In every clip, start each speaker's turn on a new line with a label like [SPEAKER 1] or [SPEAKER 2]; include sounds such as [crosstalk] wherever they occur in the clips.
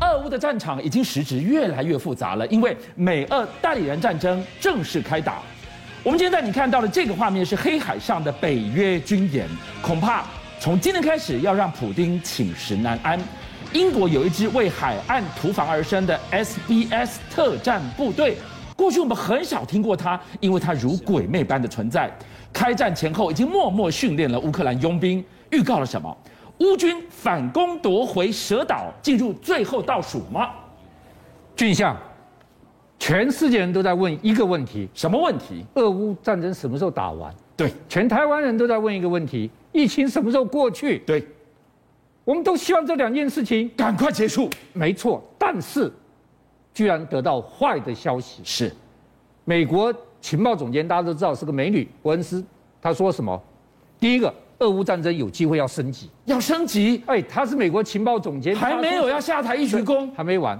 [SPEAKER 1] 俄乌的战场已经实质越来越复杂了，因为美俄代理人战争正式开打。我们今天带你看到的这个画面是黑海上的北约军演，恐怕从今天开始要让普丁寝食难安。英国有一支为海岸突防而生的 SBS 特战部队，过去我们很少听过它，因为它如鬼魅般的存在。开战前后已经默默训练了乌克兰佣兵，预告了什么？乌军反攻夺回蛇岛，进入最后倒数吗？
[SPEAKER 2] 俊相，全世界人都在问一个问题：
[SPEAKER 1] 什么问题？
[SPEAKER 2] 俄乌战争什么时候打完？
[SPEAKER 1] 对
[SPEAKER 2] 全台湾人都在问一个问题：疫情什么时候过去？
[SPEAKER 1] 对，
[SPEAKER 2] 我们都希望这两件事情
[SPEAKER 1] 赶快结束。
[SPEAKER 2] 没错，但是居然得到坏的消息。
[SPEAKER 1] 是，
[SPEAKER 2] 美国情报总监大家都知道是个美女伯恩斯，她说什么？第一个，俄乌战争有机会要升级。
[SPEAKER 1] 要升级，
[SPEAKER 2] 哎，她是美国情报总监，
[SPEAKER 1] 还没有
[SPEAKER 2] 她
[SPEAKER 1] 要下台一鞠躬
[SPEAKER 2] 说，还没完。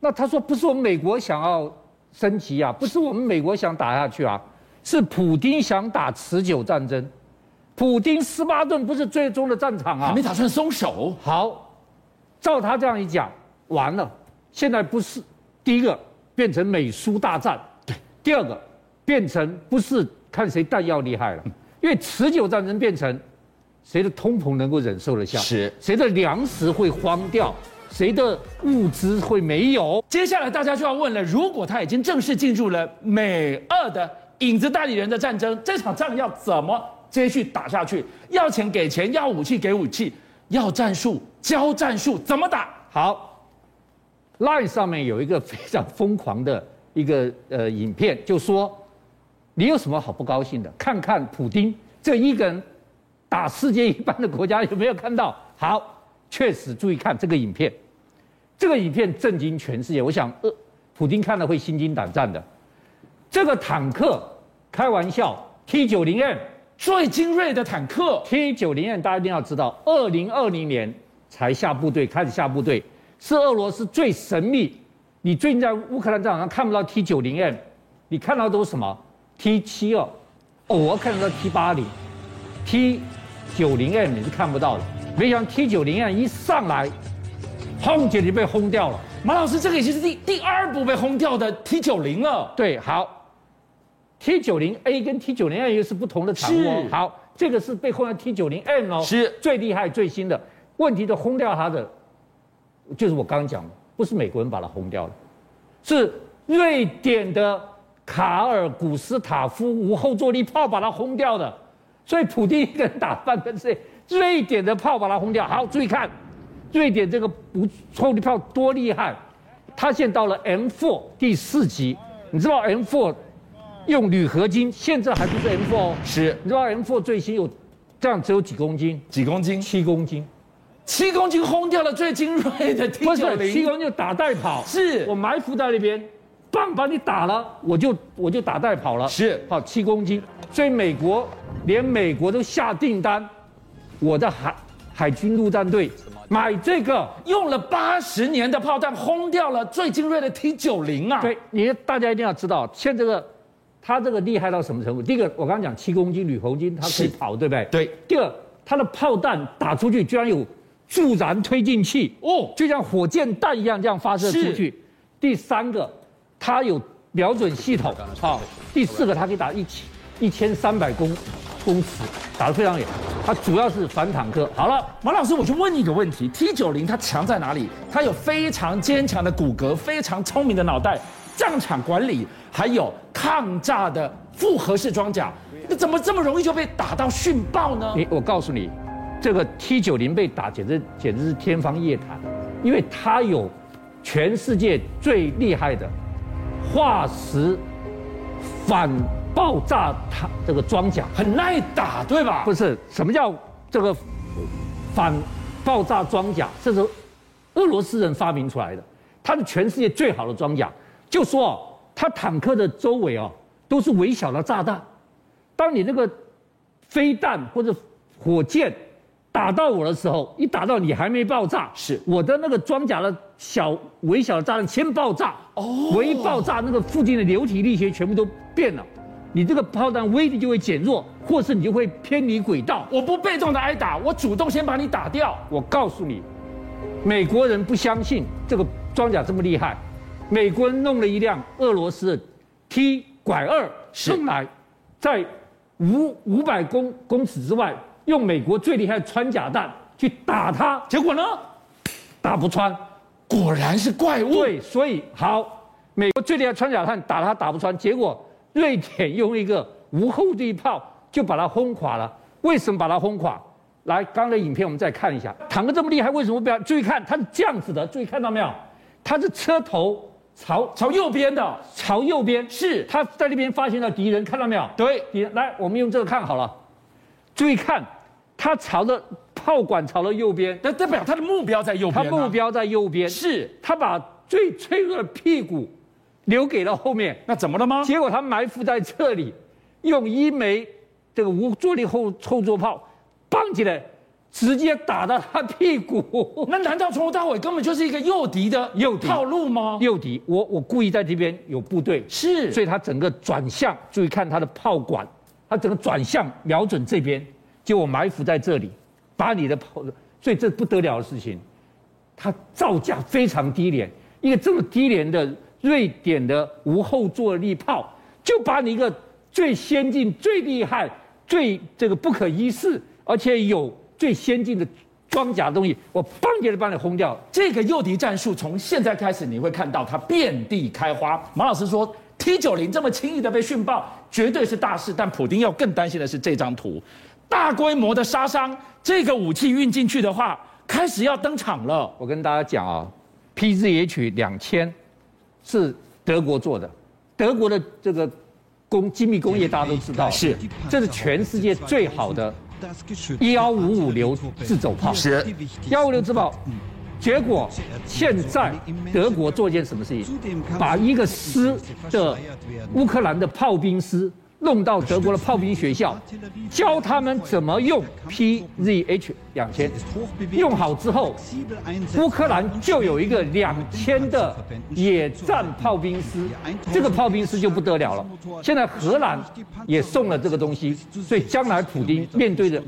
[SPEAKER 2] 那她说不是我们美国想要升级啊，不是我们美国想打下去啊，是普京想打持久战争。普丁斯巴顿不是最终的战场啊
[SPEAKER 1] 还没，打算松手。
[SPEAKER 2] 好，照他这样一讲，完了，现在不是第一个变成美苏大战，对，第二个变成不是看谁弹药厉害了，因为持久战争变成谁的通膨能够忍受得下，
[SPEAKER 1] 是
[SPEAKER 2] 谁的粮食会荒掉，谁的物资会没有，
[SPEAKER 1] 接下来大家就要问了：如果他已经正式进入了美俄的影子代理人的战争，这场仗要怎么接续打下去？要钱给钱，要武器给武器，要战术教战术，怎么打？
[SPEAKER 2] 好，Line 上面有一个非常疯狂的一个呃影片，就说你有什么好不高兴的？看看普丁这一个人打世界一般的国家有没有看到？好，确实注意看这个影片，这个影片震惊全世界。我想，呃，普丁看了会心惊胆战的。这个坦克，开玩笑，T 9 0 M。
[SPEAKER 1] 最精锐的坦克
[SPEAKER 2] T 9 0 M 大家一定要知道，二零二零年才下部队，开始下部队，是俄罗斯最神秘。你最近在乌克兰战场上看不到 T 9 0 M，你看到都是什么？T 7 2偶尔看得到 T 8 0 t 9 0 M 你是看不到的。没想到 T 9 0 M 一上来，轰姐就被轰掉了。
[SPEAKER 1] 马老师，这个已经是第第二部被轰掉的 T 九零了。
[SPEAKER 2] 对，好，T 9 0 A 跟 T 9 0 M 又是不同的产物哦
[SPEAKER 1] 是。
[SPEAKER 2] 好，这个是被轰掉 T 9 0 M 哦，
[SPEAKER 1] 是
[SPEAKER 2] 最厉害、最新的。问题的轰掉它的，就是我刚刚讲的，不是美国人把它轰掉了，是瑞典的卡尔古斯塔夫无后坐力炮把它轰掉的。所以普丁一个人打半分之内，瑞典的炮把它轰掉。好，注意看，瑞典这个无后力炮多厉害，它现在到了 M4 第四级，你知道 M4 用铝合金，现在还不是 M4 哦，
[SPEAKER 1] 是
[SPEAKER 2] 你知道 M4 最新有这样只有几公斤？
[SPEAKER 1] 几公斤？
[SPEAKER 2] 七公斤，
[SPEAKER 1] 七公斤轰掉了最精锐的 T
[SPEAKER 2] 不
[SPEAKER 1] 九
[SPEAKER 2] 是七
[SPEAKER 1] 零。
[SPEAKER 2] 公斤就打带跑，
[SPEAKER 1] 是
[SPEAKER 2] 我埋伏在那边，棒把你打了，我就我就打带跑了。
[SPEAKER 1] 是
[SPEAKER 2] 好七公斤，所以美国连美国都下订单，我的海海军陆战队买这个，
[SPEAKER 1] 用了八十年的炮弹轰掉了最精锐的 T 九零啊！
[SPEAKER 2] 对，你大家一定要知道，现在这个它这个厉害到什么程度？第一个，我刚刚讲七公斤铝合金，它可
[SPEAKER 1] 是
[SPEAKER 2] 以跑，对不对？
[SPEAKER 1] 对。
[SPEAKER 2] 第二，它的炮弹打出去居然有助燃推进器，
[SPEAKER 1] 哦，
[SPEAKER 2] 就像火箭弹一样这样发射出去。第三个，它有瞄准系统啊。第四个，它可以打一千一千三百公公尺，打得非常远。它主要是反坦克。好了，
[SPEAKER 1] 马老师，我就问你一个问题：T 九零它强在哪里？它有非常坚强的骨骼，非常聪明的脑袋，战场管理，还有抗炸的复合式装甲，那怎么这么容易就被打到殉爆呢？
[SPEAKER 2] 你我告诉你，这个 T 九零被打简直简直是天方夜谭，因为它有全世界最厉害的化石反爆炸它这个装甲。
[SPEAKER 1] 很耐打，对吧？
[SPEAKER 2] 不是什么叫这个反爆炸装甲？这是俄罗斯人发明出来的，它是全世界最好的装甲。就说哦，它坦克的周围哦都是微小的炸弹，当你这个飞弹或者火箭打到我的时候，一打到你还没爆炸，
[SPEAKER 1] 是
[SPEAKER 2] 我的那个装甲的小微小的炸弹先爆炸，
[SPEAKER 1] 哦
[SPEAKER 2] 我一爆炸，那个附近的流体力学全部都变了，你这个炮弹威力就会减弱，或是你就会偏离轨道。
[SPEAKER 1] 我不被动的挨打，我主动先把你打掉。
[SPEAKER 2] 我告诉你，美国人不相信这个装甲这么厉害，美国人弄了一辆俄罗斯的 T 拐二
[SPEAKER 1] 是
[SPEAKER 2] 弄来，在五五百公公尺之外，用美国最厉害的穿甲弹去打它，
[SPEAKER 1] 结果呢，
[SPEAKER 2] 打不穿。
[SPEAKER 1] 果然是怪物。
[SPEAKER 2] 对，所以好，美国最厉害的穿甲弹打它打不穿，结果瑞典用一个无后地炮就把它轰垮了。为什么把它轰垮？来，刚才影片我们再看一下，坦克这么厉害，为什么不要？注意看，它是这样子的，注意看到没有？它是车头朝
[SPEAKER 1] 朝右边的，
[SPEAKER 2] 朝右边，
[SPEAKER 1] 是
[SPEAKER 2] 它在那边发现了敌人，看到没有？
[SPEAKER 1] 对，
[SPEAKER 2] 敌人来，我们用这个看好了，注意看，它朝着炮管朝了右边，
[SPEAKER 1] 那代表他的目标在右
[SPEAKER 2] 它
[SPEAKER 1] 边、啊。
[SPEAKER 2] 目标在右边，
[SPEAKER 1] 是，
[SPEAKER 2] 他把最脆弱的屁股留给了后面，
[SPEAKER 1] 那怎么了吗？
[SPEAKER 2] 结果他埋伏在这里，用一枚这个无坐力后后座炮棒起来，直接打到他屁股。 [laughs]
[SPEAKER 1] 那难道从头到尾根本就是一个诱敌的
[SPEAKER 2] 诱敌
[SPEAKER 1] 套路吗？
[SPEAKER 2] 诱敌，我我故意在这边有部队，
[SPEAKER 1] 是，
[SPEAKER 2] 所以他整个转向，注意看他的炮管，他整个转向瞄准这边，结果埋伏在这里，把你的炮，所以这不得了的事情，他造价非常低廉，一个这么低廉的瑞典的无后坐力炮，就把你一个最先进、最厉害、最这个不可一世，而且有最先进的装甲的东西，我邦给的把你轰掉，
[SPEAKER 1] 这个诱敌战术从现在开始你会看到它遍地开花。马老师说，T 九零这么轻易的被训爆，绝对是大事。但普丁要更担心的是这张图，大规模的杀伤，这个武器运进去的话，开始要登场了。
[SPEAKER 2] 我跟大家讲啊，PZH 两千是德国做的，德国的这个工精密工业大家都知道，
[SPEAKER 1] 是
[SPEAKER 2] 这是全世界最好的1555流自走炮
[SPEAKER 1] 是
[SPEAKER 2] 1555自爆结果现在德国做一件什么事情，把一个师的乌克兰的炮兵师弄到德国的炮兵学校，教他们怎么用 PZH 两千，用好之后，乌克兰就有一个两千的野战炮兵师，这个炮兵师就不得了了。现在荷兰也送了这个东西，所以将来普京面对的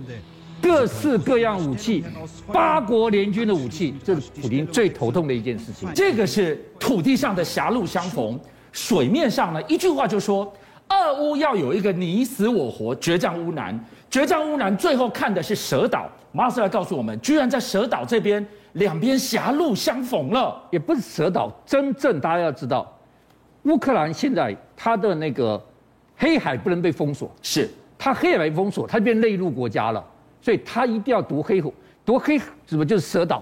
[SPEAKER 2] 各式各样武器，八国联军的武器，这是普京最头痛的一件事情。
[SPEAKER 1] 这个是土地上的狭路相逢，水面上呢，一句话就说，俄乌要有一个你死我活，决战乌南。决战乌南最后看的是蛇岛，马老师来告诉我们，居然在蛇岛这边两边狭路相逢了。
[SPEAKER 2] 也不是蛇岛，真正大家要知道，乌克兰现在它的那个黑海不能被封锁，
[SPEAKER 1] 是，
[SPEAKER 2] 它黑海被封锁，它变内陆国家了，所以它一定要夺黑湖，夺黑什么就是蛇岛，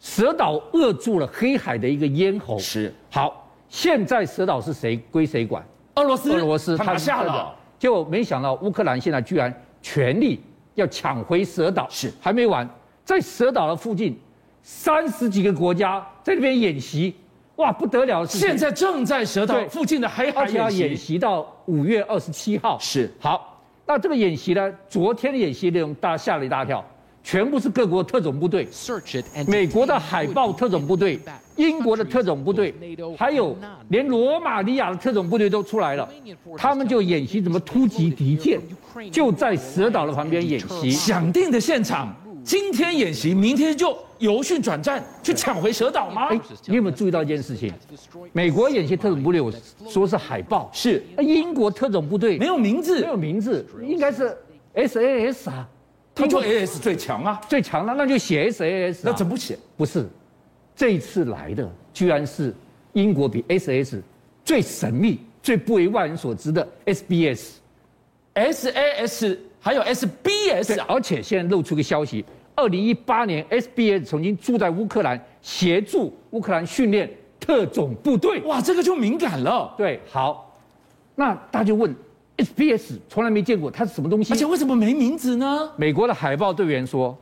[SPEAKER 2] 蛇岛扼住了黑海的一个咽喉。
[SPEAKER 1] 是
[SPEAKER 2] 好，现在蛇岛是谁归谁管？
[SPEAKER 1] 俄罗斯，
[SPEAKER 2] 俄罗斯
[SPEAKER 1] 他拿下了。，
[SPEAKER 2] 结果没想到乌克兰现在居然全力要抢回蛇岛，
[SPEAKER 1] 是
[SPEAKER 2] 还没完，在蛇岛的附近，三十几个国家在那边演习，哇，不得了的事情！
[SPEAKER 1] 现在正在蛇岛
[SPEAKER 2] 对
[SPEAKER 1] 附近的黑海
[SPEAKER 2] 而且要演
[SPEAKER 1] 演习，
[SPEAKER 2] 习到五月二十七号，
[SPEAKER 1] 是
[SPEAKER 2] 好，那这个演习呢，昨天的演习内容大家吓了一大跳，全部是各国特种部队，美
[SPEAKER 3] 美
[SPEAKER 2] 国
[SPEAKER 3] 国
[SPEAKER 2] 的
[SPEAKER 3] 的
[SPEAKER 2] 海
[SPEAKER 3] 海
[SPEAKER 2] 豹
[SPEAKER 3] 豹
[SPEAKER 2] 特
[SPEAKER 3] 特
[SPEAKER 2] 种
[SPEAKER 3] 种
[SPEAKER 2] 部
[SPEAKER 3] 部
[SPEAKER 2] 队
[SPEAKER 3] 队、
[SPEAKER 2] 英
[SPEAKER 3] 英
[SPEAKER 2] 国
[SPEAKER 3] 国
[SPEAKER 2] 的
[SPEAKER 3] 的
[SPEAKER 2] 特
[SPEAKER 3] 特
[SPEAKER 2] 种部
[SPEAKER 3] 种部
[SPEAKER 2] 队
[SPEAKER 3] 队，
[SPEAKER 2] 还有连罗马尼亚的特种部队都出来了，他们就演习怎么突击敌舰，就在蛇岛的旁边演习。
[SPEAKER 1] 想定的现场，今天演习，明天就游训转战去抢回蛇岛吗？
[SPEAKER 2] 哎，你有没有注意到一件事情？美国演习特种部队，我说是海豹，
[SPEAKER 1] 是
[SPEAKER 2] 那英国特种部队
[SPEAKER 1] 没有名字
[SPEAKER 2] 没，有名字，应该是 SAS 啊，
[SPEAKER 1] 他
[SPEAKER 2] 英
[SPEAKER 1] 说
[SPEAKER 2] 国
[SPEAKER 1] AS 最强啊，
[SPEAKER 2] 最强了，那就写 SAS 啊。
[SPEAKER 1] 那怎么不写？
[SPEAKER 2] 不是，这一次来的居然是英国比 SAS 最神秘、最不为外人所知的 SBS。
[SPEAKER 1] SAS 还有 SBS 啊，
[SPEAKER 2] 而且现在露出个消息：，二零一八年 SBS 曾经驻在乌克兰，协助乌克兰训练特种部队。
[SPEAKER 1] 哇，这个就敏感了。
[SPEAKER 2] 对，好，那大家就问，SBS 从来没见过，它是什么东西
[SPEAKER 1] 而？且为什么没名字呢？
[SPEAKER 2] 美国的海豹队员说，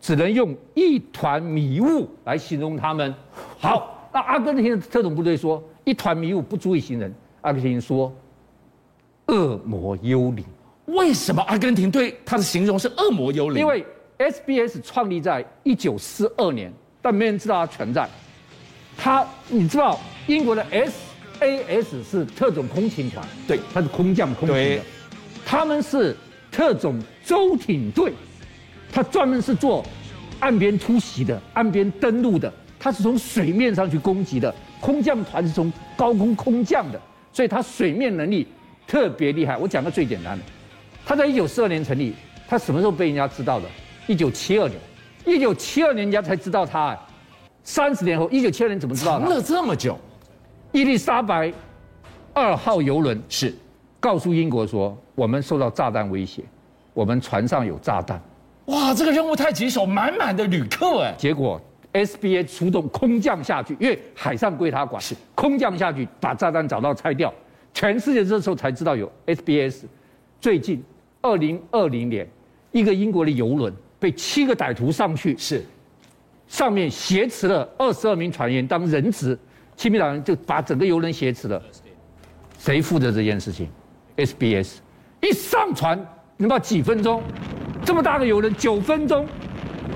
[SPEAKER 2] 只能用一团迷雾来形容他们。好，那阿根廷的特种部队说，一团迷雾不足以形容。阿根廷说，恶魔幽灵，
[SPEAKER 1] 为什么阿根廷对他的形容是恶魔幽灵？
[SPEAKER 2] 因为 SBS 创立在一九四二年，但没人知道它存在。它，你知道英国的 SAS 是特种空勤团，
[SPEAKER 1] 对
[SPEAKER 2] 它是空降空勤
[SPEAKER 1] 对
[SPEAKER 2] 的，他们是特种舟艇队，它专门是做岸边突袭的、岸边登陆的，它是从水面上去攻击的。空降团是从高空空降的，所以它水面能力特别厉害。我讲个最简单的，它在一九四二年成立，它什么时候被人家知道的？一九七二年，一九七二年人家才知道它、哎，三十年后，一九七二年怎么知道
[SPEAKER 1] 藏
[SPEAKER 2] 的？
[SPEAKER 1] 了这么久，
[SPEAKER 2] 伊丽莎白二号游轮
[SPEAKER 1] 是
[SPEAKER 2] 告诉英国说，我们受到炸弹威胁，我们船上有炸弹。
[SPEAKER 1] 哇，这个任务太棘手，满满的旅客哎，
[SPEAKER 2] 结果 SBA 出动空降下去，因为海上归他管，
[SPEAKER 1] 是
[SPEAKER 2] 空降下去把炸弹找到拆掉。全世界这时候才知道有 SBS。最近二零二零年，一个英国的游轮被七个歹徒上去，
[SPEAKER 1] 是
[SPEAKER 2] 上面挟持了二十二名船员当人质，亲民党人就把整个游轮挟持了。谁负责这件事情？SBS。一上船，你知道几分钟？这么大的游轮，九分钟，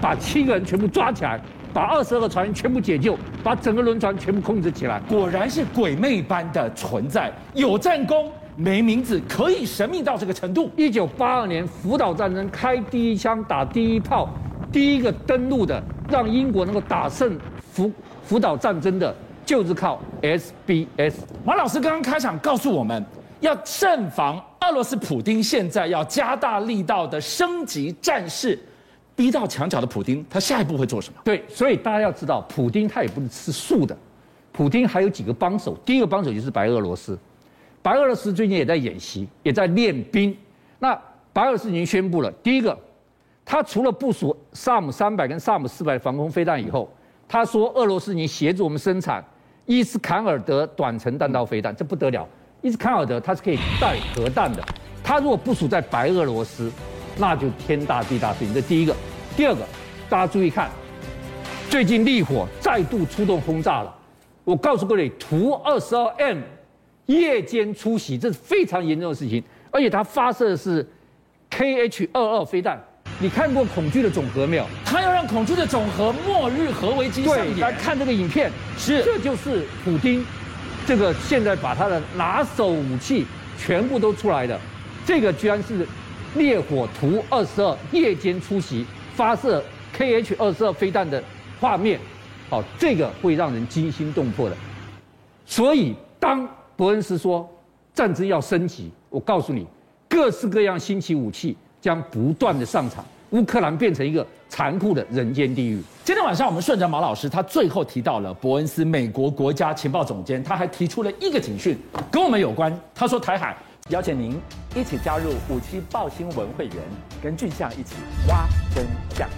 [SPEAKER 2] 把七个人全部抓起来，把二十二个船员全部解救，把整个轮船全部控制起来。
[SPEAKER 1] 果然是鬼魅般的存在，有战功没名字，可以神秘到这个程度。
[SPEAKER 2] 一九八二年福岛战争开第一枪、打第一炮，第一个登陆的，让英国能够打胜福福岛战争的，就是靠 SBS。
[SPEAKER 1] 马老师刚刚开场告诉我们，要慎防俄罗斯普丁现在要加大力道的升级战事，逼到墙角的普丁，他下一步会做什么？
[SPEAKER 2] 对，所以大家要知道，普丁他也不是吃素的，普丁还有几个帮手，第一个帮手就是白俄罗斯，白俄罗斯最近也在演习，也在练兵。那白俄罗斯已经宣布了，第一个，他除了部署萨姆三百跟萨姆四百防空飞弹以后，他说俄罗斯已经协助我们生产伊斯坎尔德短程弹道飞弹，这不得了！伊斯坎尔德它是可以带核弹的，它如果部署在白俄罗斯，那就天大地大事情。这第一个，第二个，大家注意看，最近利火再度出动轰炸了。我告诉各位，图二十二 M 夜间出袭，这是非常严重的事情，而且它发射的是 KH 二二飞弹。你看过《恐惧的总和》没有？
[SPEAKER 1] 他要让恐惧的总和末日核危机上
[SPEAKER 2] 对，来
[SPEAKER 1] 演。
[SPEAKER 2] 看这个影片，
[SPEAKER 1] 是
[SPEAKER 2] 这就是普丁，这个现在把他的拿手武器全部都出来了，这个居然是烈火图二十二夜间出席发射 KH 二十二飞弹的画面，好、这个会让人惊心动魄的。所以，当伯恩斯说战争要升级，我告诉你，各式各样新奇武器将不断的上场，乌克兰变成一个残酷的人间地狱。
[SPEAKER 1] 今天晚上我们顺着马老师，他最后提到了伯恩斯，美国国家情报总监，他还提出了一个警讯，跟我们有关。他说台海
[SPEAKER 3] 邀请您一起加入五七报新闻会员，跟俊相一起挖真相。